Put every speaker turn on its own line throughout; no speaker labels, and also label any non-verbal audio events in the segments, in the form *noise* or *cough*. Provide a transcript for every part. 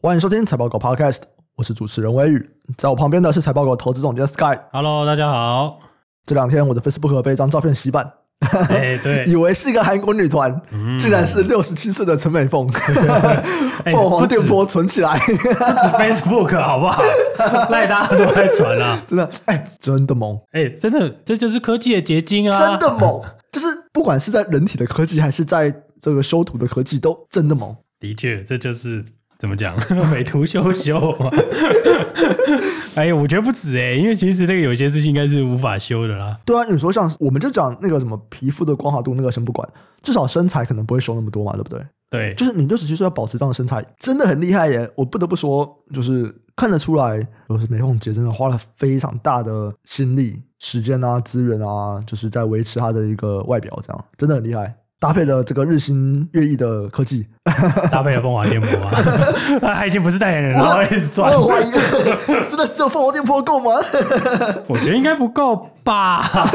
欢迎收听财报狗 Podcast，我是主持人微宇，在我旁边的是财报狗投资总监 Sky。
Hello，大家
*laughs*
好。
这两天我的 Facebook 被一张照片洗版，
哎、对，
以为是一个韩国女团，竟然是六十七岁的陈美凤，
*laughs* 哎
凤凰电波存起来，
不止 *laughs* Facebook 好不好？赖大家都在传啊。
*laughs* 真的，哎，真的萌，
哎、真的，这就是科技的结晶啊！
真的猛，就是不管是在人体的科技，还是在这个修图的科技，都真的猛。
的确，这就是怎么讲， *laughs* 美图秀秀嘛。 *laughs* 哎、我觉得不止哎、因为其实那个有些事情应该是无法修的啦。
对啊，你说像我们就讲那个什么皮肤的光滑度，那个先不管，至少身材可能不会修那么多嘛，对不对？
对，
就是你六十七岁要保持这样的身材，真的很厉害耶！我不得不说，就是看得出来，就是美凤姐真的花了非常大的心力、时间啊、资源啊，就是在维持她的一个外表，这样真的很厉害。搭配了这个日新月异的科技，
搭配了凤凰电波
*laughs*
啊， *laughs* 他他已经不是代言人了，然后一直
我 *laughs*
转。
很怀疑，真的只有凤凰电波够吗？ *laughs*
我觉得应该不够吧？ *laughs*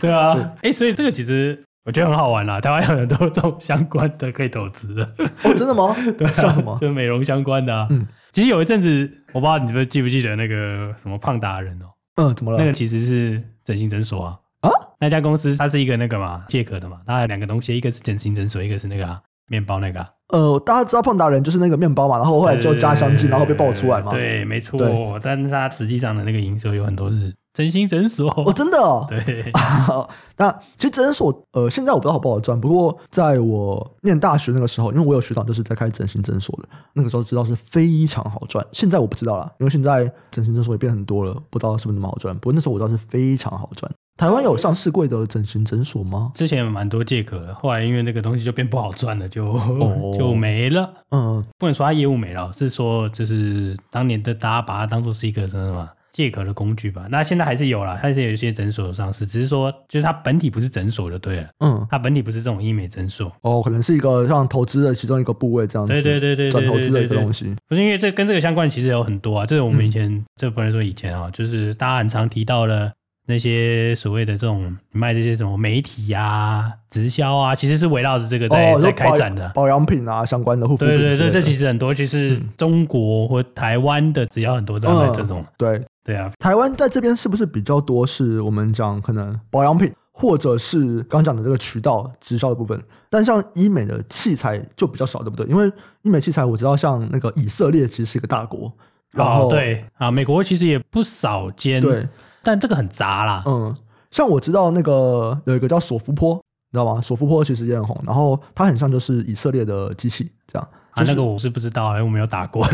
对啊，哎、所以这个其实我觉得很好玩啦，台湾有很多这种相关的可以投资的。
哦，真的吗？ *laughs*
对、啊，
像什么？
就美容相关的、啊。
嗯
嗯，其实有一阵子，我不知道你们记不记得那个什么胖达人哦，
嗯，怎么了
那个？其实是整形诊所啊。
啊，
那家公司它是一个那个嘛借壳的嘛，它有两个东西，一个是整形诊所，一个是那个、啊、面包那个、啊。
呃，大家知道胖达人就是那个面包嘛，然后后来哦就加香精，然后被爆出来嘛。
对，没
对
错。但是它实际上的那个营收有很多是整形诊所。
哦，真的哦。
*laughs* 对，
好，那其实诊所，呃，现在我不知道好不好赚，不过在我念大学那个时候，因为我有学长就是在开整形诊所的，那个时候知道是非常好赚。现在我不知道啦，因为现在整形诊所也变很多了，不知道是不是那么好赚。不过那时候我知道是非常好赚。台湾有上市贵的整形诊所吗？
之前蛮多借壳的，后来因为那个东西就变不好赚了，就、
哦
*laughs* 就没了。
嗯，
不能说它业务没了，是说就是当年的大家把它当做是一个什么什么借壳的工具吧。那现在还是有啦，还是有一些诊所有上市，只是说就是它本体不是诊所就对了，
嗯，
它本体不是这种医美诊所，
哦，可能是一个像投资的其中一个部位这样子，
对对对对对
转投资的一个
对对对
东西。
不是因为这跟这个相关其实有很多啊，就是我
嗯
们以前、这不能说以前啊，就是大家很常提到的那些所谓的这种卖这些什么媒体啊、直销啊，其实是围绕着这个在、
哦，
在
就
开
保
展的。
保养品啊，相关的护肤品
对
之类
对
的。
对，这其实很多，其实中国或台湾的只要很多这样的
嗯
这种，
对
对啊，
台湾在这边是不是比较多？是我们讲可能保养品，或者是刚讲的这个渠道直销的部分。但像医美的器材就比较少，对不对？因为医美器材我知道，像那个以色列其实是一个大国，然后、
哦、对啊，美国其实也不少间，
对，
但这个很杂啦。
嗯，像我知道那个有一个叫索福坡，你知道吗？索福坡其实也很红，然后它很像就是以色列的机器这样。
啊，那个我是不知道，因为我没有打过， *laughs*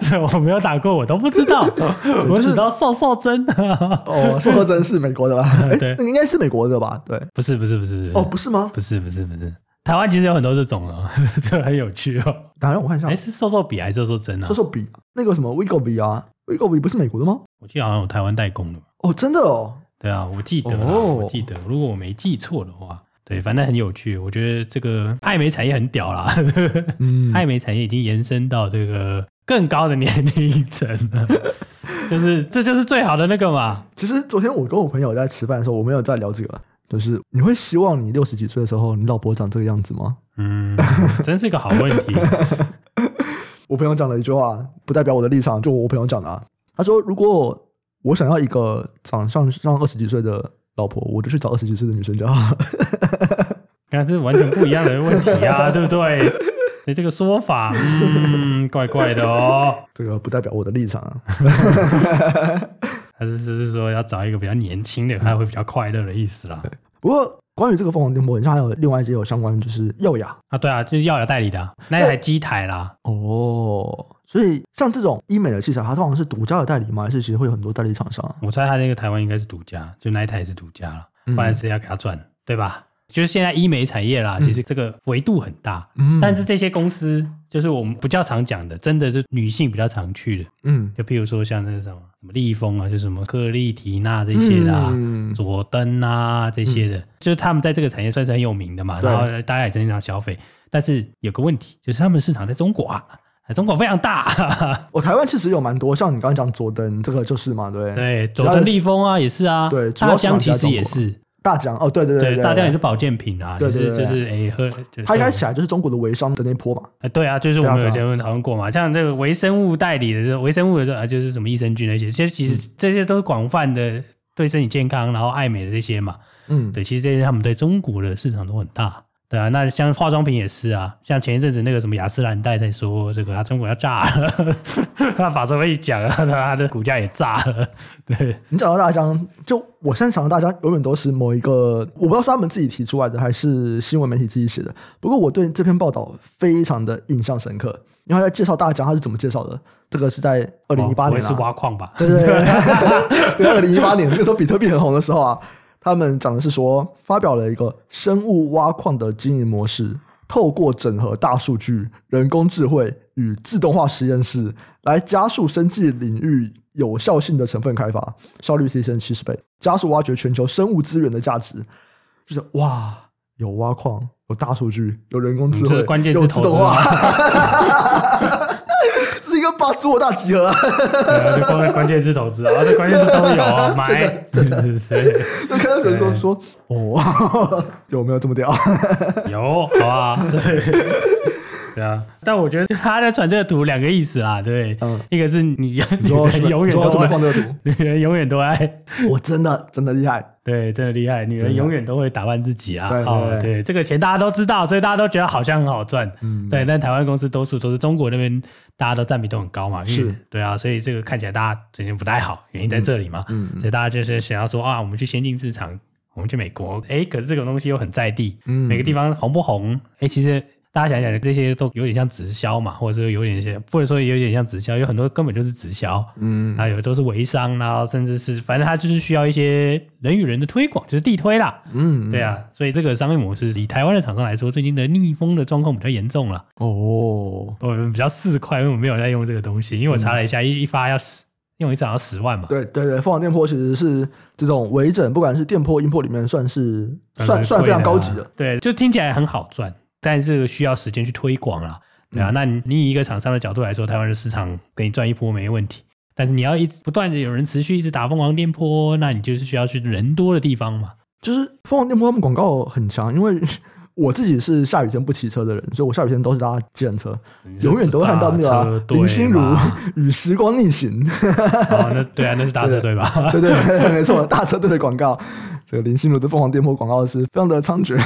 所以我没有打过，我都不知道，
*laughs*
我只知道瘦瘦针。 *laughs*
哦，是合真是美国的吧？哎
对
那个应该是美国的吧？对，
不是不是不是
哦，不是吗？
不是不是不是，台湾其实有很多这种哦， *laughs* 这很有趣哦。
打让我看一下
哎，，是瘦瘦笔还是瘦瘦针啊
说？说比那个什么 Vigo 比啊，Vigo 比不是美国的吗？
我记得好像有台湾代工的吧。
哦，真的哦，
对啊，我记得啦，
哦
我记得，如果我没记错的话，对，反正很有趣。我觉得这个爱美产业很屌啦，
*laughs* 嗯
爱美产业已经延伸到这个更高的年龄层了， *laughs* 就是这就是最好的那个嘛。
其实昨天我跟我朋友在吃饭的时候，我们有在聊这个，就是你会希望你六十几岁的时候，你老婆长这个样子吗？
嗯， *laughs* 真是个好问题。
我朋友讲了一句话，不代表我的立场，就我朋友讲的、啊。他说，如果我想要一个长相像二十几岁的老婆，我就去找二十几岁的女生就好 *laughs* 了。
看，这是完全不一样的问题啊，对不对？你这个说法，嗯，怪怪的哦。
这个不代表我的立场、啊。
还是是说要找一个比较年轻的，他会比较快乐的意思啦。
不过关于这个凤凰电波，你像还有另外一些有相关，就是耀雅
啊，对啊，就是要有代理的啊、那台机台啦。
哦。所以像这种医美的器材，它通常是独家的代理吗？还是其实会有很多代理厂商啊？
我猜他那个台湾应该是独家，就那一台也是独家了，不然谁要给他赚，对吧？就是现在医美产业啦，其实这个维度很大，
嗯
但是这些公司就是我们比较常讲的，真的是女性比较常去的，
嗯，
就譬如说像那个什么什么立丰啊，就是什么克利缇娜这些的、啊。
嗯
佐登啊，这些的，就是他们在这个产业算是很有名的嘛，
对
然后大家也经常消费。但是有个问题，就是他们市场在中国啊，中国非常大、
我哦台湾其实有蛮多，像你刚刚讲佐登这个就是嘛，对不对？
*laughs* 对，
主
走
要
的
是
利丰啊，也是啊，
对主要
大
市场在
疆其实
中
也
国
是，
大疆哦，对对
对，
对，
大疆也是保健品啊，
对
就
对
是
对
就是哎喝，就是
他一开始起来就是中国的微商的那一波嘛，
呃，对啊，就是我
对啊
们
对
有
啊
节目讨论过嘛，像这个微生物代理的这微生物的这啊，就是什么益生菌那些，其实其
嗯
实这些都是广泛的对身体健康，然后爱美的这些嘛。
嗯，
对，其实这些他们对中国的市场都很大。对啊，那像化妆品也是啊，像前一阵子那个什么雅诗兰黛在说这个啊，中国要炸了， *laughs* 那法说会一讲啊，它的股价也炸了。对，
你讲到大疆，就我现在想到大疆，永远都是某一个，我不知道是他们自己提出来的，还是新闻媒体自己写的。不过我对这篇报道非常的印象深刻，因为他在介绍大疆，他是怎么介绍的？这个是在二零一八
不会
年、
哦是
啊，
挖矿吧？
*laughs* 对对
*laughs*
对，对，二零一八年那个时候比特币很红的时候啊，他们讲的是说发表了一个生物挖矿的经营模式，透过整合大数据、人工智慧与自动化实验室，来加速生技领域有效性的成分开发，效率提升七十倍，加速挖掘全球生物资源的价值。就是哇，有挖矿，有大数据，有人工智
嗯这
慧，
是关键字
有自动
投资
化。 *laughs* 这是一个把自我大集合啊、
对啊，就关关键字投资啊，这关键字都
*laughs*
有啊，买， *laughs* 对
就看到有人说说哦， *laughs* 有没有这么屌？
有，好吧，对，对啊。但我觉得他在传这个图两个意思啦，对，
嗯
一个是 *laughs* 你
你
女
说
人永远
说要
都
怎么放
会，
这个毒？
女 *laughs* 人永远都爱，
我真的真的厉害，
对，真的厉害，女人永远都会打扮自己啊
对，对
哦，
对
对，这个钱大家都知道，所以大家都觉得好像很好赚，
嗯，
对。但台湾公司多数都是中国那边大家都占比都很高嘛，因为
是
对啊，所以这个看起来大家最近不太好，原因在这里嘛，
嗯嗯
所以大家就是想要说啊，我们去先进市场，我们去美国，哎，可是这种东西又很在地，
嗯
每个地方红不红？哎，其实大家想想，这些都有点像直销嘛，或者说有点像，或者说有点像直销，有很多根本就是直销，
嗯，
啊，有的都是微商，然后甚至是反正它就是需要一些人与人的推广，就是地推啦，
嗯，
对啊，所以这个商业模式以台湾的厂商来说，最近的逆风的状况比较严重了，
哦，
我们比较市侩，因为我没有在用这个东西，因为我查了一下，
嗯
一一发要十，用一次好像十万嘛，
对对对，凤凰电波其实是这种微整，不管是电波、音波里面算是算算非常
啊
高级的，，
对，就听起来很好赚，但是需要时间去推广啦。
嗯
对啊，那你你以一个厂商的角度来说，台湾的市场给你赚一波没问题，但是你要一直不断的有人持续一直打疯狂电波，那你就是需要去人多的地方嘛。
就是凤凰电波他们广告很强，因为。 *laughs* 我自己是下雨天不骑车的人，所以我下雨天都是搭计程车，永远都会看到那个
搭车
啊
队
林心如
嘛
*laughs* 与时光逆行，
哦，那对啊，那是搭车对吧？
*laughs*
*laughs*
对对对，没错，大车队的广告，这个林心如的凤凰电波广告是非常的猖獗。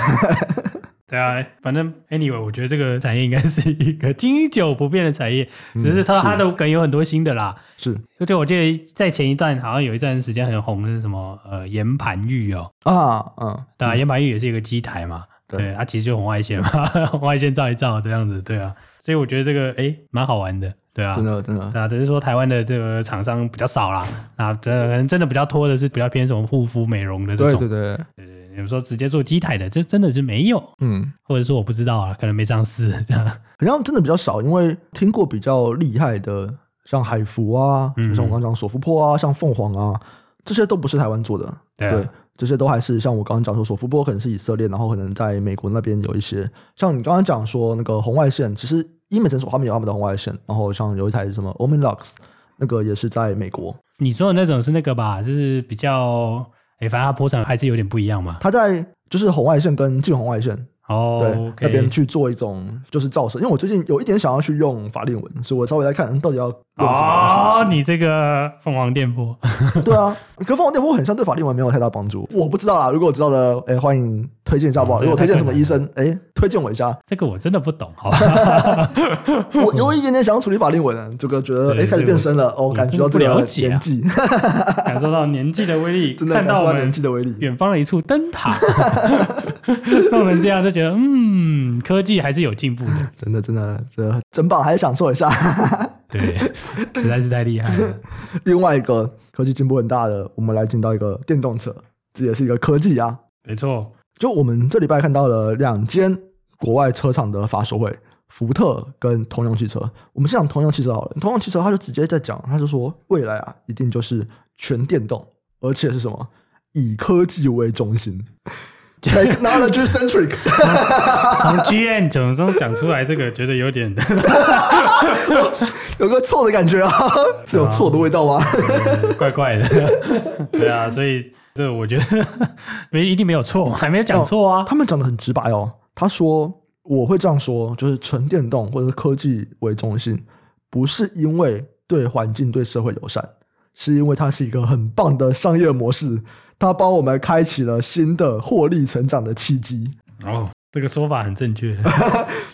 对啊，反正 anyway，我觉得这个产业应该是一个经久不变的产业，只是
嗯
它
是
它的梗有很多新的啦。
是
就对，我记得在前一段好像有一段时间很红的是什么呃岩盘浴哦，
啊，嗯，
对啊，岩盘浴也是一个机台嘛，
对
对，啊它其实就红外线嘛， *laughs* 红外线照一照这样子，对啊，所以我觉得这个诶蛮好玩的，对啊
真。的真的，
对啊，只是说台湾的这个厂商比较少啦，啊，这可能真的比较多的是比较偏什么护肤美容的这
对
种，
对对，
对对对有时候直接做机台的，这真的是没有，
嗯，
或者说我不知道啊，可能没上市这样。
好像真的比较少，因为听过比较厉害的，像海福啊，
嗯
像我刚刚讲索夫坡啊，像凤凰啊，这些都不是台湾做的，
对啊
对，这些都还是像我刚刚讲说，索夫波可能是以色列，然后可能在美国那边有一些，像你刚刚讲说那个红外线，其实医美诊所他们有他们的红外线，然后像有一台什么 Omnilux，那个也是在美国，
你说的那种是那个吧，就是比较，哎，反正它波长还是有点不一样嘛。
它在就是红外线跟近红外线对、
哦，
那
OK
边去做一种就是照射，因为我最近有一点想要去用法令纹，所以我稍微来看嗯到底要用什么
哦
东，西。
你这个凤凰电波，
对啊，可凤凰电波很像对法令纹没有太大帮助，我不知道啦。如果我知道的，哎、欢迎推荐一下好不好？
哦这
如果
个
推荐什么
太
医生，哎、推荐我一下。
这个我真的不懂，
*laughs*
好吧？
我有一点点想要处理法令纹了，这个觉得哎、
对
开始变深了，
我
哦，感觉到
我真
这
的不
个
了解啊
年纪，
感受到年纪的威力，
*laughs* 真的
看
感
到
受到
我
年
们
纪的威力。
远方的一处灯塔， *laughs* 弄成这样就觉得，嗯，科技还是有进步的，
真的真的，这真棒，还是享受一下。
对，实在是太厉害了。 *laughs*
另外一个科技进步很大的，我们来进到一个电动车，这也是一个科技啊。
没错，
就我们这礼拜看到了两间国外车厂的发售会，福特跟通用汽车。我们先讲通用汽车好了，通用汽车它就直接在讲，它就说未来啊，一定就是全电动，而且是什么以科技为中心。 technology centric，
从 GM 总中讲出来这个，觉得有点
有个错的感觉啊，是有错的味道吗？
怪怪的，
*laughs*
对啊，所以这我觉得没一定没有
哦
错，还没有讲错啊。
他们讲的很直白哦，他说我会这样说，就是纯电动或者是科技为中心，不是因为对环境对社会友善，是因为它是一个很棒的商业模式，它帮我们开启了新的获利成长的契机。
哦，这个说法很
*laughs*
正确，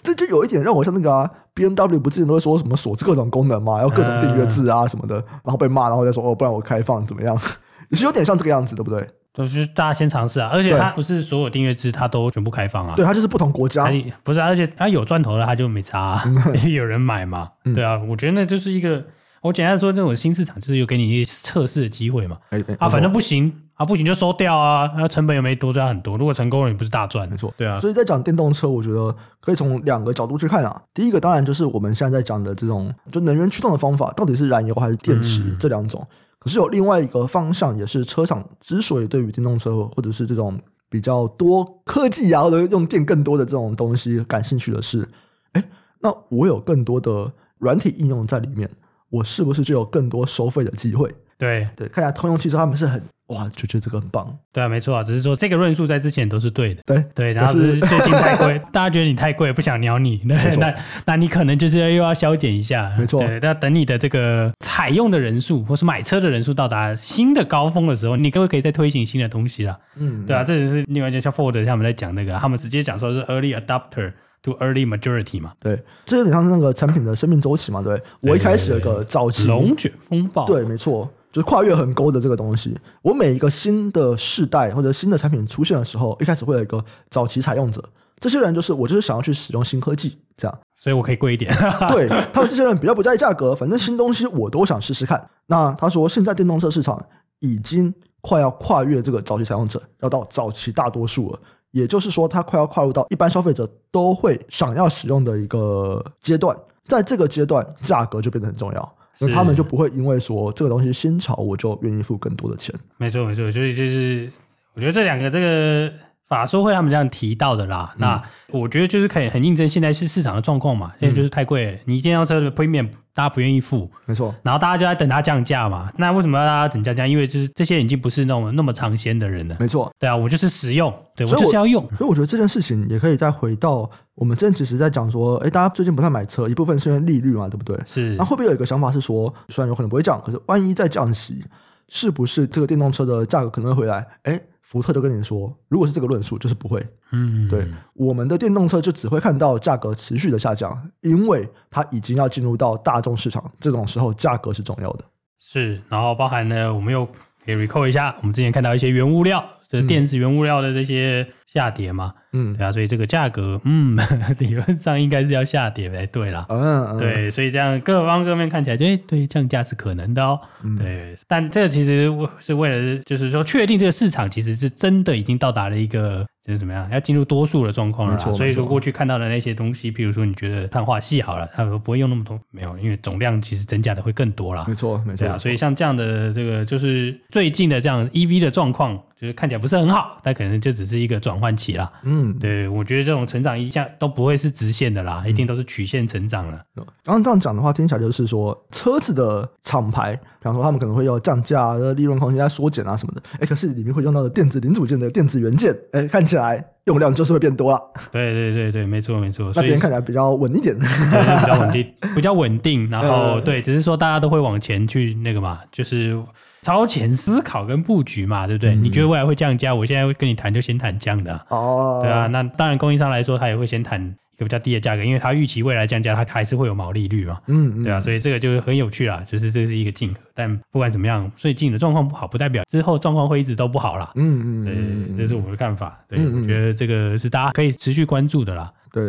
这就有一点让我像那个啊，B M W 不之前都会说什么锁各种功能嘛，要各种订阅制啊什么的，然后被骂，然后再说哦，不然我开放怎么样？ *laughs* 也是有点像这个样子，对不对？
就是大家先尝试啊。而且它
对
不是所有订阅制它都全部开放啊。
对，它就是不同国家
它，不是啊，而且它有赚头的，它就没差、啊，因
嗯
*laughs* 为有人买嘛。对啊，我觉得那就是一个，我简单说，那种新市场就是有给你一个测试的机会嘛。
哎哎
啊，反正不行啊，不行就收掉啊，那成本又没多赚很多。如果成功了，你不是大赚？
没错
对啊，
所以在讲电动车，我觉得可以从两个角度去看啊。第一个当然就是我们现在在讲的这种，就能源驱动的方法，到底是燃油还是电池、这两种。可是有另外一个方向，也是车厂之所以对于电动车或者是这种比较多科技啊，或者用电更多的这种东西感兴趣的是，哎，那我有更多的软体应用在里面，我是不是就有更多收费的机会？
对
对，看起来通用汽车他们是很哇，就觉得这个很棒，
对啊，没错啊，只是说这个论述在之前都是对的。
对。
对，然后
可
只
是
是最近太
*laughs*
贵，大家觉得你太贵，不想鸟你，
没
对，
错
那那你可能就是又要削减一下，
没错
对，那等你的这个采用的人数或是买车的人数到达新的高峰的时候，你各位可以再推行新的东西啦。
嗯，
对啊，这也是另外一件像 Ford 他们在讲那个，他们直接讲说是 early adopter to early majority 嘛，
对，这有点像是那个产品的生命周期嘛，对不对。我一开始有个早期，
龙卷风暴。
对，没错，就是跨越横沟的这个东西。我每一个新的世代或者新的产品出现的时候，一开始会有一个早期采用者，这些人就是我就是想要去使用新科技，这样。
所以我可以贵一点。
*laughs* 对他们这些人比较不在意价格，反正新东西我都想试试看。那他说，现在电动车市场已经快要跨越这个早期采用者，要到早期大多数了。也就是说，它快要跨入到一般消费者都会想要使用的一个阶段。在这个阶段，价格就变得很重要，因为
是
他们就不会因为说这个东西新潮，我就愿意付更多的钱。
没错，没错，所以就是我觉得这两个这个法说会他们这样提到的
嗯
啦，那我觉得就是可以很印证现在是市场的状况嘛，现
嗯
在就是太贵了，你一定要车的 premium 大家不愿意付，
没错，
然后大家就在等它降价嘛，那为什么要大家等降价？因为就是这些已经不是那种那么尝鲜的人了，
没错。
对啊，我就是实用，对我
所以
就
我
是要用，
所以我觉得这件事情也可以再回到我们之前其实在讲说，诶，大家最近不太买车，一部分是因为利率嘛，对不对？
是
那会不会有一个想法是说，虽然有可能不会降，可是万一再降息，是不是这个电动车的价格可能会回来？哎，福特就跟你说，如果是这个论述，就是不会。
嗯，
对，我们的电动车就只会看到价格持续的下降，因为它已经要进入到大众市场，这种时候价格是重要的。
是，然后包含呢，我们又可以 recall 一下，我们之前看到一些原物料，就是电子原物料的这些下跌嘛，
嗯
对啊，所以这个价格，嗯， *laughs* 理论上应该是要下跌才对啦。
嗯，嗯，
对，所以这样各方各面看起来，就哎，对，降价是可能的哦。
嗯
对，但这个其实我是为了，就是说确定这个市场其实是真的已经到达了一个，就是怎么样，要进入多数的状况了
没
啦。
错
所以
没错
说过去看到的那些东西，譬如说你觉得碳化系好了，它不会用那么多，没有，因为总量其实增加的会更多啦
没。错嗯没错
对啊，。所以像这样的这个，就是最近的这样 EV 的状况，就是看起来不是很好，但可能就只是一个转换期啦。
嗯，
对，我觉得这种成长一下都不会是直线的啦，一
嗯
定都是曲线成长了。
刚刚这样讲的话，听起来就是说车子的厂牌，比方说他们可能会要降价啊、利润空间在缩减啊什么的。哎，可是里面会用到的电子零组件的电子元件，哎，看起来用量就是会变多了，
对对对对，没错没错，
那
所以
边看起来比较稳一点。
对啊比较稳
*laughs*
定，比较稳定。然后
呃
对，只是说大家都会往前去那个嘛，就是超前思考跟布局嘛，对不对？你觉得未来会降价，我现在会跟你谈，就先谈降的啊、
嗯哦，
对啊，，那当然供应商来说，他也会先谈一个比较低的价格，因为他预期未来降价，他还是会有毛利率嘛。
嗯，嗯
对啊，，所以这个就是很有趣啦，就是这是一个竞合，但不管怎么样，最近的状况不好，不代表之后状况会一直都不好啦。
嗯嗯，
对
嗯，嗯
这是我的看法。对，
嗯嗯
我觉得这个是大家可以持续关注的啦。
对，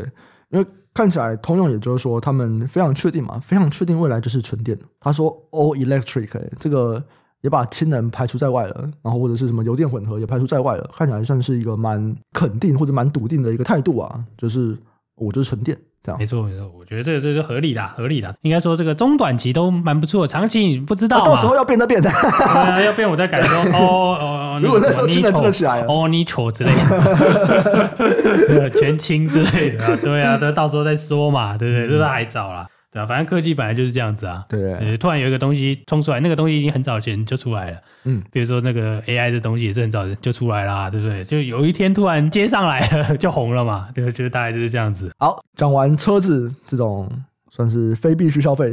因为看起来通用也就是说他们非常确定嘛，非常确定未来就是纯电。他说 all electric，、欸这个也把氢能排除在外了，然后或者是什么油电混合也排除在外了，看起来算是一个蛮肯定或者蛮笃定的一个态度啊，就是我就是纯电这样
没。错，没错，我觉得这个这是合理的，合理的。应该说这个中短期都蛮不错，长期你不知道
啊
嘛。 *laughs*
到时候要变再变的， *laughs*
对啊要变我再改说哦哦哦，后
如果那时候
清
清的真的起来了，
哦，你丑之类的，对 *laughs* 全清之类的、啊，对啊，那到时候再说嘛，对不
嗯
对？这都还早啦，对啊，反正科技本来就是这样子啊。
对，
呃，突然有一个东西冲出来，那个东西已经很早前就出来了。
嗯，
比如说那个 AI 的东西也是很早就出来啦，对不对？就有一天突然接上来了， *laughs* 就红了嘛，对，就大概就是这样子。
好，讲完车子这种算是非必须消费，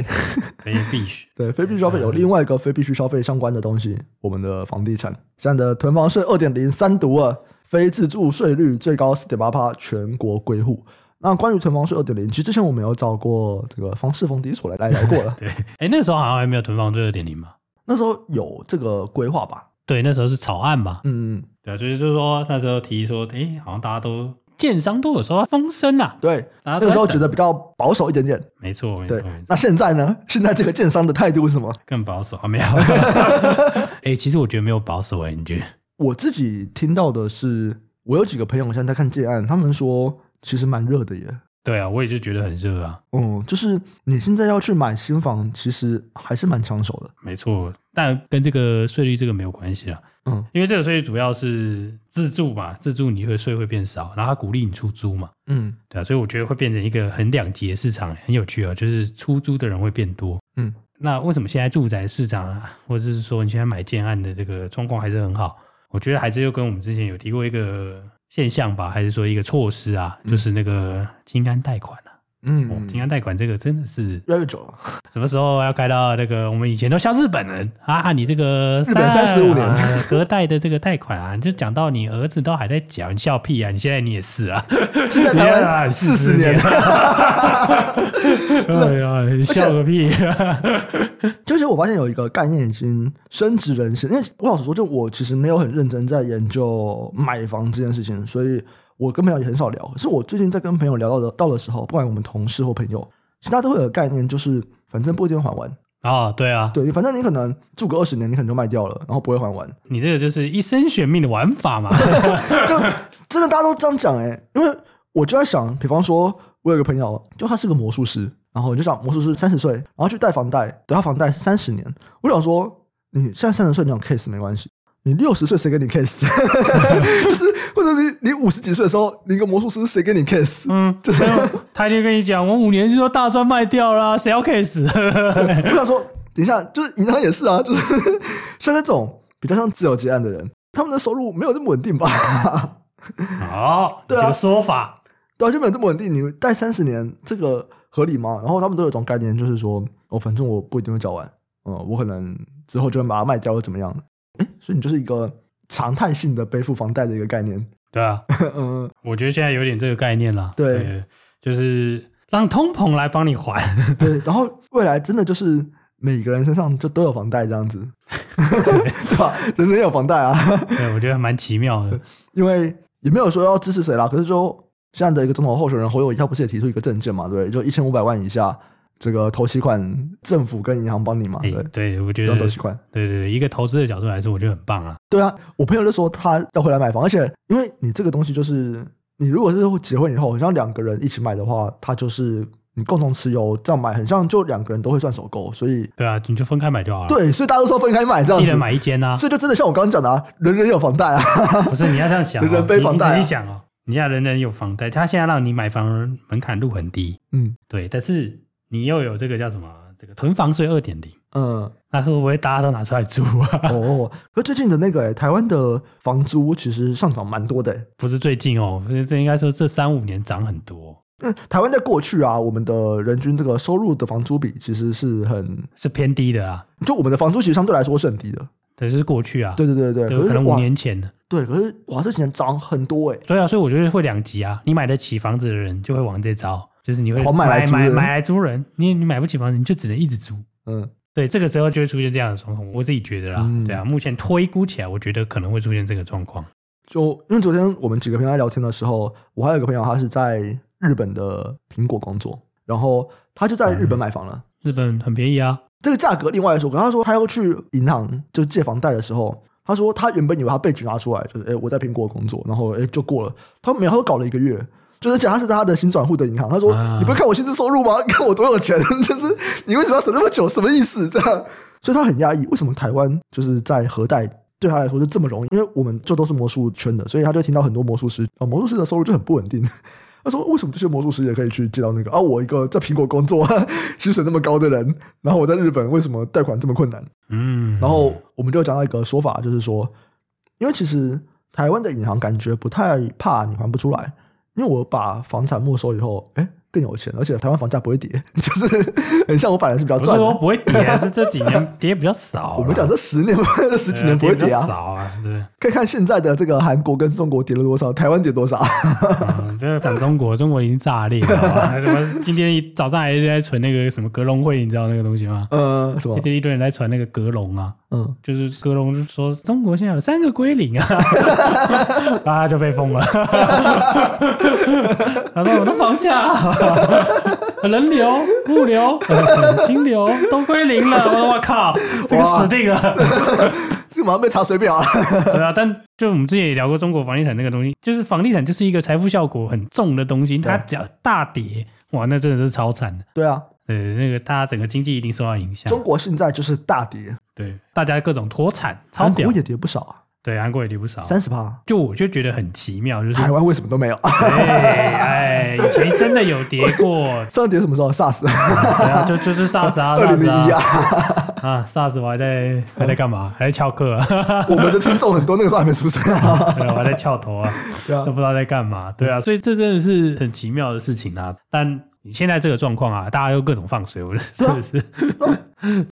所以必须
对，非必须消
嗯
费有另外一个非必须消费相关的东西，我们的房地产现在的囤房税二点零三读二，非自住税率最高四点八趴，全国归户。那关于囤房税二点零，其实之前我们有找过这个房市房地所来来聊过了
*laughs* ，对。哎，那时候好像还没有囤房罪二点零嘛，
那时候有这个规划吧？
对，那时候是草案嘛，
嗯，
对啊，所以就是说那时候提说，哎，好像大家都建商都有说要风声啊，
对，
大家
那
都
个时候
在
觉
等
得比较保守一点点。
没错，没错，
对
没，错
那现在呢？现在这个建商的态度是什么？
更保守啊，没有。 *laughs* 哎，其实我觉得没有保守哎，你觉得？
我自己听到的是，我有几个朋友现在在看建案，他们说其实蛮热的耶。
对啊，我也就觉得很热啊。
嗯，就是你现在要去买新房，其实还是蛮抢手的。
没错，但跟这个税率这个没有关系啊。
嗯
因为这个税率主要是自住嘛，自住你会税会变少，然后它鼓励你出租嘛，
嗯
对啊，所以我觉得会变成一个很两极的市场，很有趣啊、就是出租的人会变多。
嗯，
那为什么现在住宅市场啊，或者是说你现在买建案的这个状况还是很好？我觉得还是又跟我们之前有提过一个现象吧，还是说一个措施啊，就是那个清安贷款啊。哦
嗯，
清安贷款这个真的是
越来越久了。
什么时候要开到那个？我们以前都笑日本人啊，你这个
日本35年
啊隔贷的这个贷款啊，你就讲到你儿子都还在缴，你笑屁啊！你现在你也是啊，
现 *laughs* 在
*laughs*
台湾四十年，
*laughs* 哎呀，你笑个屁！ *laughs*
就是我发现有一个概念已经深植人心。因为我老实说，就我其实没有很认真在研究买房这件事情，所以我跟朋友也很少聊。可是我最近在跟朋友聊到的到的时候，不管我们同事或朋友，其实大家都会有个概念，就是反正不一定还完。
哦，对啊，
对，反正你可能住个二十年，你可能就卖掉了，然后不会还完。
你这个就是一生选命的玩法
*laughs*
嘛。
就真的大家都这样讲哎、因为我就在想，比方说，我有个朋友，就他是个魔术师，然后我就想魔术师三十岁，然后去贷房贷，对他房贷是三十年，我想说，你现在三十岁你有 case 没关系。你六十岁谁给你 case？就是或者你你五十几岁的时候，你一个魔术师谁给你 case？
嗯，没有他就跟你讲，我五年就说大专卖掉啦，谁要 case？ *laughs*
我想说，等一下，就是银行也是啊，就是 *laughs* 像那种比较像自由结案的人，他们的收入没有这么稳定吧？
好，
对啊
这个说法，
对啊，就没有这么稳定。你贷三十年，这个合理吗？然后他们都有一种概念，就是说，哦，反正我不一定会缴完，嗯，我可能之后就能把它卖掉，或怎么样的。哎，所以你就是一个常态性的背负房贷的一个概念。
对啊，
*laughs* 嗯，
我觉得现在有点这个概念啦。
对，
就是让通膨来帮你还。
*laughs* 对。然后未来真的就是每个人身上就都有房贷这样 *laughs* 子，对吧？人人有房贷啊，
对，我觉得还蛮奇妙的。
因为也没有说要支持谁啦。可是就现在的一个总统候选人侯友宜，他不是也提出一个政见嘛？对不对，就一千五百万以下。这个投息款，政府跟银行帮你嘛，
哎、
对不对，
对，我
不
觉得
用投
对
息款。
对对，一个投资的角度来说，我觉得很棒啊。
对啊，我朋友就说他要回来买房，而且因为你这个东西就是，你如果是结婚以后，很像两个人一起买的话，它就是你共同持有这样买，很像就两个人都会算首购，所以
对啊，你就分开买就好了。，
对，所以大家都说分开买这样
一
子
人，买一间啊。
所以就真的像我刚刚讲的啊，人人有房
*laughs*
贷啊，
不是，你要这样想、哦，
人人背房贷啊
你你仔细想哦。你现在人人有房贷，他现在让你买房门槛路很低，
嗯
对，但是你又有这个叫什么？啊这个囤房税二点零，
嗯
那会不会大家都拿出来租啊？ *laughs*
哦，可最近的那个、欸、台湾的房租其实上涨蛮多的、欸，
不是最近哦，这应该说这三五年涨很多，
嗯，台湾在过去啊，我们的人均这个收入的房租比其实是很，
是偏低的啦。
就我们的房租其实相对来说是很低的，
对，这是过去啊，
对对对对，
对，
可
可
是
能五
哇，
年前的。
对，可是哇，这几年涨很多哎、欸。
对啊，所以我觉得会两极啊。你买得起房子的人就会往这招，就是你会
狂买来租
买
人
买来租人。你你买不起房子，你就只能一直租。
嗯，
对，这个时候就会出现这样的状况，我自己觉得啦。
嗯
对啊，目前推估起来，我觉得可能会出现这个状况。
就因为昨天我们几个朋友在聊天的时候，我还有一个朋友他是在日本的苹果工作，然后他就在日本买房了。
日本很便宜啊，
这个价格另外说，可他说他要去银行就借房贷的时候，他说他原本以为他被举拿出来，就是哎我在苹果工作，然后哎就过了，他没有，他又搞了一个月。就是讲他是在他的新转户的银行，他说：“
啊
你不要看我薪资收入吗？ *laughs* 你看我多有钱，就是你为什么要省那么久？什么意思？这样，所以他很压抑。为什么台湾就是在核贷对他来说就这么容易，因为我们就都是魔术圈的，所以他就听到很多魔术师啊、魔术师的收入就很不稳定。 *laughs* 他说：“为什么这些魔术师也可以去接到那个啊？我一个在苹果工作 *laughs* 薪水那么高的人，然后我在日本为什么贷款这么困难？
嗯，
然后我们就讲到一个说法，就是说，因为其实台湾的银行感觉不太怕你还不出来，因为我把房产没收以后，哎，更有钱，而且台湾房价不会跌，就是很像我反而是比较
不是
赚
说
的。
不会跌，啊是这几年跌比较少啦。
*laughs* 我们讲这十年、这十几年不会跌
比较
啊，
少啊，对。
可以看现在的这个韩国跟中国跌了多少， *laughs* 台湾跌多少。
嗯不要讲中国，中国已经炸裂了好吧。还什么今天一早上还在传那个什么格隆会，你知道那个东西
*laughs*
吗？
呃，什么
一？堆一堆人在传那个格隆啊，
嗯，
就是格隆就说中国现在有三个归零啊， *laughs* 然后他就被封了。 *laughs* 他说我的房价、啊人流、物流、 *laughs* 金流都归零了，我说我靠，这个
哇
死定了。 *laughs*
这个马上被查水表啊。
对啊，但就我们之前也聊过中国房地产那个东西，就是房地产就是一个财富效果很重的东西，它只要大跌，哇，那真的是超惨的。
*laughs* 对啊，
对，那个大家整个经济一定受到影响。
中国现在就是大跌，
对，大家各种脱产，超
韩
屌
国。也跌不少啊，
对，韩国也跌不少。
三十趴。
就我就觉得很奇妙，就是
*laughs* 台湾为什么都没有？，
哎哎，以前真的有跌过
上次跌什么时候？SARS，
对啊，就就是 SARS 啊
*laughs* 二零零一
，SARS
啊
啊。啊，SARS 我还在还在干嘛？还在翘课、啊，
*laughs* 我们的听众很多那个时候还没出生
*laughs*
啊。
对我还在翘头
*laughs*
啊。
对啊
都，不知道在干嘛。对啊，所以这真的是很奇妙的事情啊。但你现在这个状况啊，大家又各种放水，我
啊
觉得是不是？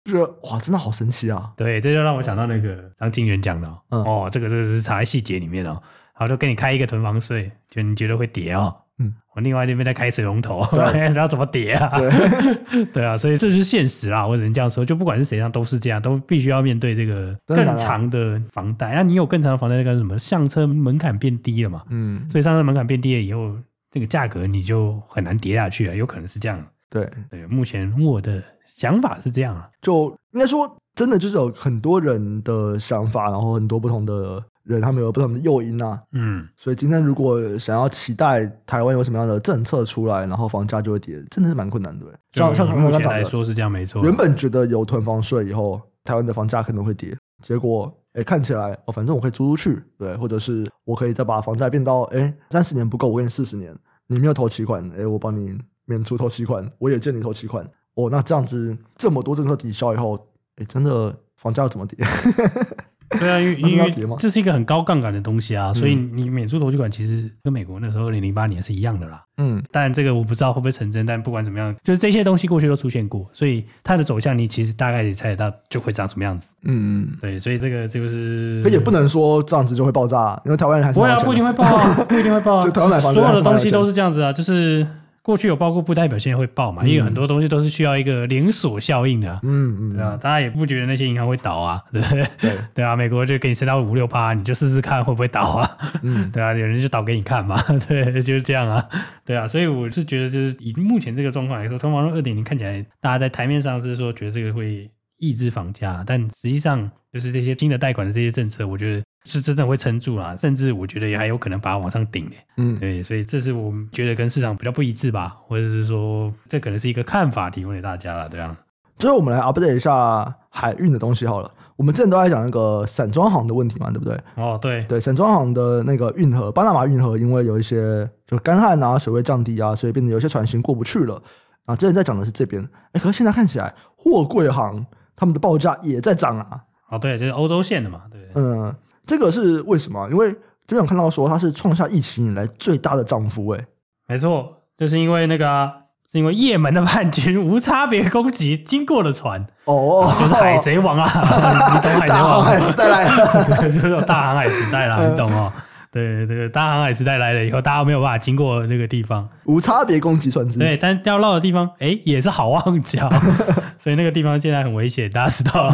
就觉得哇，真的好神奇啊！
对，这就让我想到那个张金元讲的哦，
嗯
哦这个这个是藏在细节里面哦。然后就给你开一个囤房税，就你觉得会跌哦。
嗯，
我另外那边在开水龙头，
对
*laughs* 然后怎么跌啊？ *laughs* 对啊，所以这是现实啊，我只能这样说。就不管是谁上都是这样，都必须要面对这个
当然啦
更长的房贷。那你有更长的房贷，那干什么？上车门槛变低了嘛？
嗯，
所以上升门槛变低了以后，这个价格你就很难跌下去啊了，有可能是这样。
对，
对，目前我的想法是这样啊。
就应该说，真的就是有很多人的想法，然后很多不同的人，他们有不同的诱因啊。
嗯，
所以今天如果想要期待台湾有什么样的政策出来，然后房价就会跌，真的是蛮困难的。像像
就
刚
目
刚
前
讲
来
的，
说是这样，没错。啊
原本觉得有囤房税以后，台湾的房价可能会跌，结果哎看起来哦，反正我可以租出去，对，或者是我可以再把房贷变到哎三十年不够，我给你四十年，你没有投期款，哎我帮你免除投期款，我也借你投期款，哦那这样子这么多政策抵消以后，哎真的房价要怎
*laughs*
么跌？
对啊，因为
*laughs* 那真的
因
要
为
跌吗嗯
这是一个很高杠杆的东西啊，所以你免租投机款其实跟美国那时候二零零八年是一样的啦。
嗯，
但这个我不知道会不会成真，但不管怎么样，就是这些东西过去都出现过，所以它的走向你其实大概也猜得到就会长什么样子。
嗯，
对，所以这个嗯就是
可 *laughs* 也不能说这样子就会爆炸啊，因为台湾人还是
不会
蛮有
啊，
钱的
不一定会爆
*laughs*
啊，不一定会爆啊。
就台湾买房子
所有
还
的
是蛮有
东西
钱
都是这样子啊，就是过去有爆过，不代表现在会爆嘛，因为很多东西都是需要一个连锁效应的啊、
嗯嗯，
对啊，大家也不觉得那些银行会倒啊， *laughs* 对不对？
对，
对啊，美国就给你升到五六趴，你就试试看会不会倒啊？
*laughs* 嗯
对啊，有人就倒给你看嘛， *laughs* 对，就是这样啊，对啊，所以我是觉得，就是以目前这个状况来说，通房二点零看起来，大家在台面上是说觉得这个会抑制房价，但实际上就是这些新的贷款的这些政策，我觉得是真的会撑住啦，甚至我觉得也还有可能把它往上顶、欸、
嗯，
*laughs* 对，所以这是我们觉得跟市场比较不一致吧，或者是说这可能是一个看法提供给大家了，对啊，
最后我们来 update 一下海运的东西好了。我们之前都在讲那个散装行的问题嘛，对不对？
哦，对，
对，散装行的那个运河，巴拿马运河，因为有一些就干旱啊，水位降低啊，所以变得有一些船型过不去了。啊，之前在讲的是这边，哎，可是现在看起来货柜行他们的报价也在涨啊。
哦，对，就是欧洲线的嘛，对，
嗯，这个是为什么？啊因为这边有看到说它是创下疫情以来最大的涨幅、哎，
没错，就是因为那个啊、是因为也门的叛军无差别攻击经过了船，
哦，
就是海贼王啊，你懂海贼
大航
*laughs* 王
海
吗？
时代来了。
对就是大航海时代啦，你懂哦。对对对，大航海时代来了以后，大家没有办法经过那个地方，
无差别攻击船只，
对，但要绕的地方，哎，也是好望角， *laughs* 所以那个地方现在很危险，大家知道了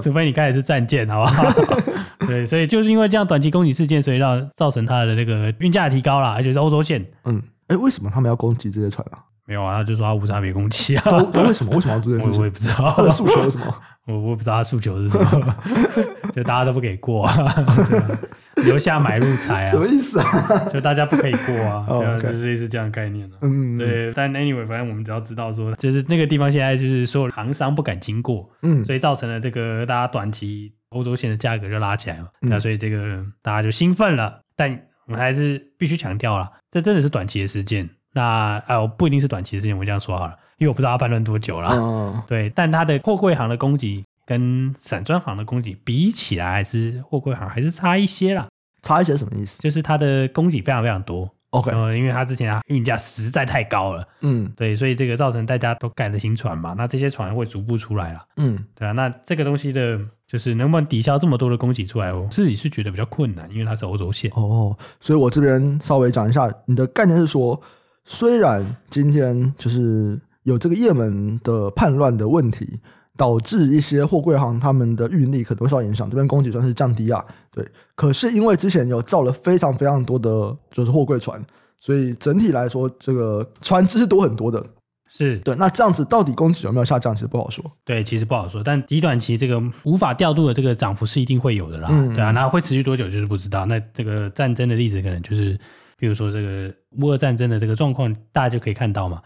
*laughs*
除非你开的是战舰，好不好？ *laughs* 对，所以就是因为这样短期攻击事件，所以让造成它的那个运价提高啦，而且是欧洲线，
嗯，哎，为什么他们要攻击这些船啊？
没有啊，他就说他无差别攻击啊， *laughs*
都都为什么？为什么要做这件事情
我 *laughs* 我也？不知道
他，的诉求是什么？
我我不知道他诉求是什么， *laughs* 就大家都不给过、啊， *laughs* 对啊留下买路财啊
什，么意思啊？
就大家不可以过啊，
*laughs* 哦
对啊，
OK
就是类似这样的概念啊。
嗯，，
对，但 anyway，反正我们只要知道说，就是那个地方现在就是所有行商不敢经过，
嗯，
所以造成了这个大家短期欧洲线的价格就拉起来了，
嗯
那所以这个大家就兴奋了。但我们还是必须强调了，这真的是短期的事件。那啊、我不一定是短期的事件，我这样说好了，因为我不知道它拌论多久了。
嗯，
对，但它的货柜行的供给跟散装行的供给比起来，还是货柜行还是差一些啦。
差一些什么意思
就是它的供给非常非常多，
？OK，
呃，因为它之前运价实在太高了，
嗯
对，所以这个造成大家都盖了新船嘛，那这些船会逐步出来了，
嗯
对啊，那这个东西的，就是能不能抵消这么多的供给出来，我自己是觉得比较困难，因为它是欧洲线，
哦，所以我这边稍微讲一下，你的概念是说，虽然今天就是有这个也门的叛乱的问题，导致一些货柜行他们的运力可能会受到影响，这边供给算是降低啊，对。可是因为之前有造了非常非常多的就是货柜船，所以整体来说，这个船只是多很多的。
是
对，那这样子到底供给有没有下降，其实不好说。
对，其实不好说，但极短期这个无法调度的这个涨幅是一定会有的啦，
嗯
对啊，那会持续多久就是不知道。那这个战争的例子可能就是，比如说这个乌俄战争的这个状况，大家就可以看到嘛。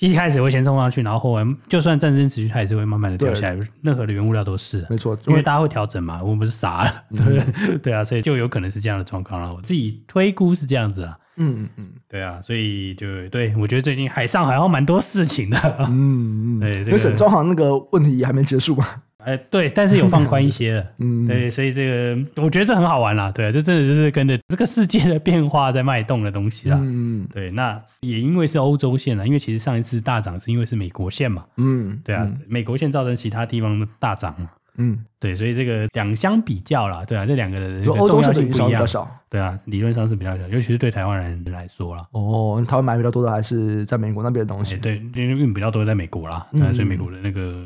一开始会先冲上去，然后后来就算战争持续，它也是会慢慢的掉下来。任何的原物料都是啊，
没错，
因为大家会调整嘛，我们不是傻了，对不
嗯
*laughs* 对？对啊，所以就有可能是这样的状况了。我自己推估是这样子啦，
嗯嗯
对啊，所以就对我觉得最近海上好像蛮多事情的。 *laughs*
嗯嗯，
对这
因
个
为沈中行那个问题也还没结束嘛。
哎，对，但是有放宽一些了。
*laughs* 嗯，
对，所以这个我觉得这很好玩啦，对，啊这真的就是跟着这个世界的变化在脉动的东西啦。
嗯
对，啊那也因为是欧洲线啊啦，因为其实上一次大涨是因为是美国线嘛，
嗯，
对啊，美国线造成其他地方的大涨嘛，
嗯，
对，所以这个两相比较啦，对啊，这两个的
嗯，就欧洲
重要
市场
性
影响
不一
比较
样，
小。
对啊，理论上是比较小，尤其是对台湾人来说啦。
哦，台湾买比较多的还是嗯在美国那边的东
哎
西。
对，因为运比较多在美国啦，对啊所以美国的那个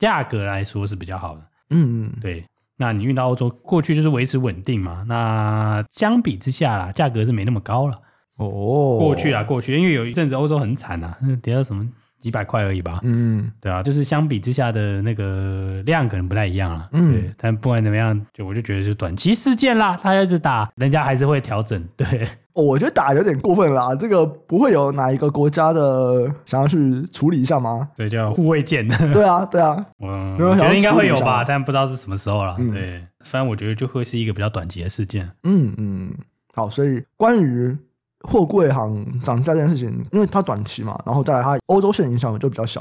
价格来说是比较好的。
嗯嗯，
对，那你运到欧洲过去就是维持稳定嘛，那相比之下啦，价格是没那么高了。
哦，
过去啊啦，过去，因为有一阵子欧洲很惨啊，嗯跌到什么几百块而已吧。
嗯，
对啊，就是相比之下的那个量可能不太一样了。
嗯
对，但不管怎么样，就我就觉得是短期事件啦，他一直打，人家还是会调整。对， *laughs*
哦我觉得打有点过分啦，这个不会有哪一个国家的想要去处理一下吗？ *laughs*
所以叫护卫舰。 *laughs*
对啊，对啊，
嗯，
没有
我觉
想要
得应该会有
处理一
吧，
下
但不知道是什么时候了。
嗯
对，反正我觉得就会是一个比较短期的事件。
嗯嗯，好，所以关于货柜行涨价这件事情，因为它短期嘛，然后再来它欧洲线影响就比较小，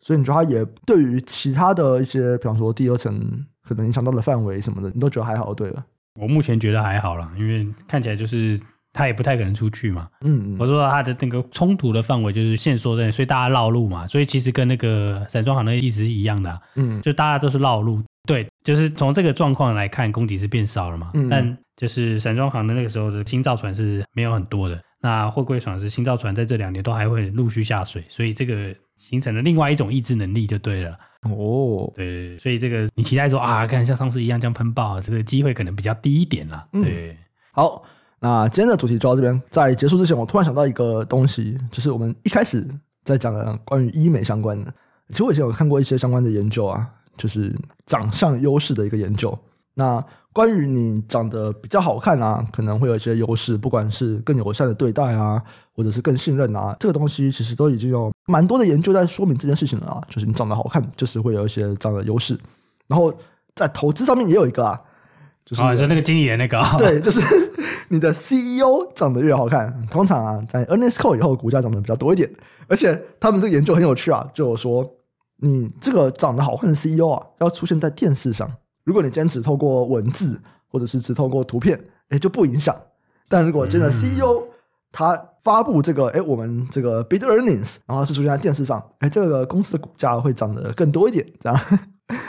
所以你觉得它也对于其他的一些，比方说第二层可能影响到的范围什么的，你都觉得还好，对了，
我目前觉得还好啦，因为看起来就是他也不太可能出去嘛。
嗯嗯
我说他的那个冲突的范围就是限缩在，所以大家绕路嘛，所以其实跟那个散装行的意思是一样的啊、
嗯
就大家都是绕路。对，就是从这个状况来看，供给是变少了嘛，
嗯
但就是散装行的那个时候的新造船是没有很多的，那货柜船是新造船在这两年都还会陆续下水，所以这个形成了另外一种抑制能力就对了。
哦，
对，所以这个你期待说啊，看像上次一样这样喷爆，这个机会可能比较低一点啦。
嗯
对，
好，那今天的主题就到这边。在结束之前，我突然想到一个东西，就是我们一开始在讲的呃关于医美相关的。其实我以前有看过一些相关的研究啊，就是长相优势的一个研究。那关于你长得比较好看啊，可能会有一些优势，不管是更友善的对待啊，或者是更信任啊，这个东西其实都已经有蛮多的研究在说明这件事情了啊。就是你长得好看，就是会有一些这样的优势。然后在投资上面也有一个啊，就是、
啊，就那个经理人那个、哦，
*laughs* 对，就是你的 CEO 长得越好看，通常啊，在 Earnings Call 以后股价涨得比较多一点。而且他们这个研究很有趣啊，就有说你这个长得好看的 CEO 啊，要出现在电视上。如果你今天只透过文字或者是只透过图片，哎、就不影响。但如果真的
嗯
CEO 他发布这个，哎、我们这个 Big Earnings，然后是出现在电视上，哎、这个公司的股价会涨得更多一点，这样。 *laughs*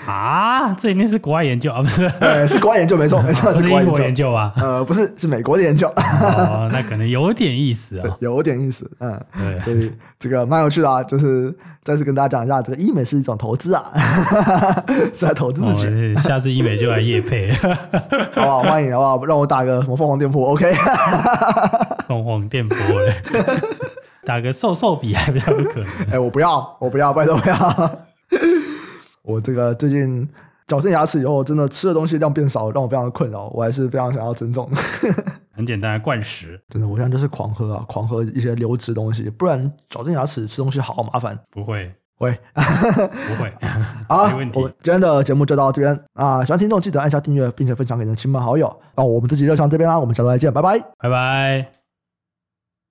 啊，这一定是国外研究啊，不是，啊
哎，是国外研究没错，没错，
*laughs* 不是
国外
英国
研
研
究。
究吧？
呃，不是，是美国的研究。
哦，那可能有点意思啊、
有点意思，嗯，
对
所以这个蛮有趣的啊，就是再次跟大家讲一下，这个医美是一种投资啊， *laughs* 是在投资自己，
哦下次医美就来夜配，
好不好？欢迎，好不好？让我打个什么凤凰店铺，OK？ *laughs*
凤凰电波嘞， *laughs* 打个瘦瘦比还比较有可能。
*laughs* 哎、我不要，我不要，拜托不要。我这个最近矫正牙齿以后，真的吃的东西量变少，让我非常的困扰。我还是非常想要增重的， *laughs*
很简单，灌食
真的，我现在就是狂喝啊，狂喝一些流质东西，不然矫正牙齿吃东西好麻烦。
不会
喂，
不会，
好，
没问题
我们今天的节目就到这边啊，喜欢听众记得按下订阅，并且分享给你的亲朋好友。那我们这集就上这边啦，我们下周再见，拜拜。
*laughs* 拜拜。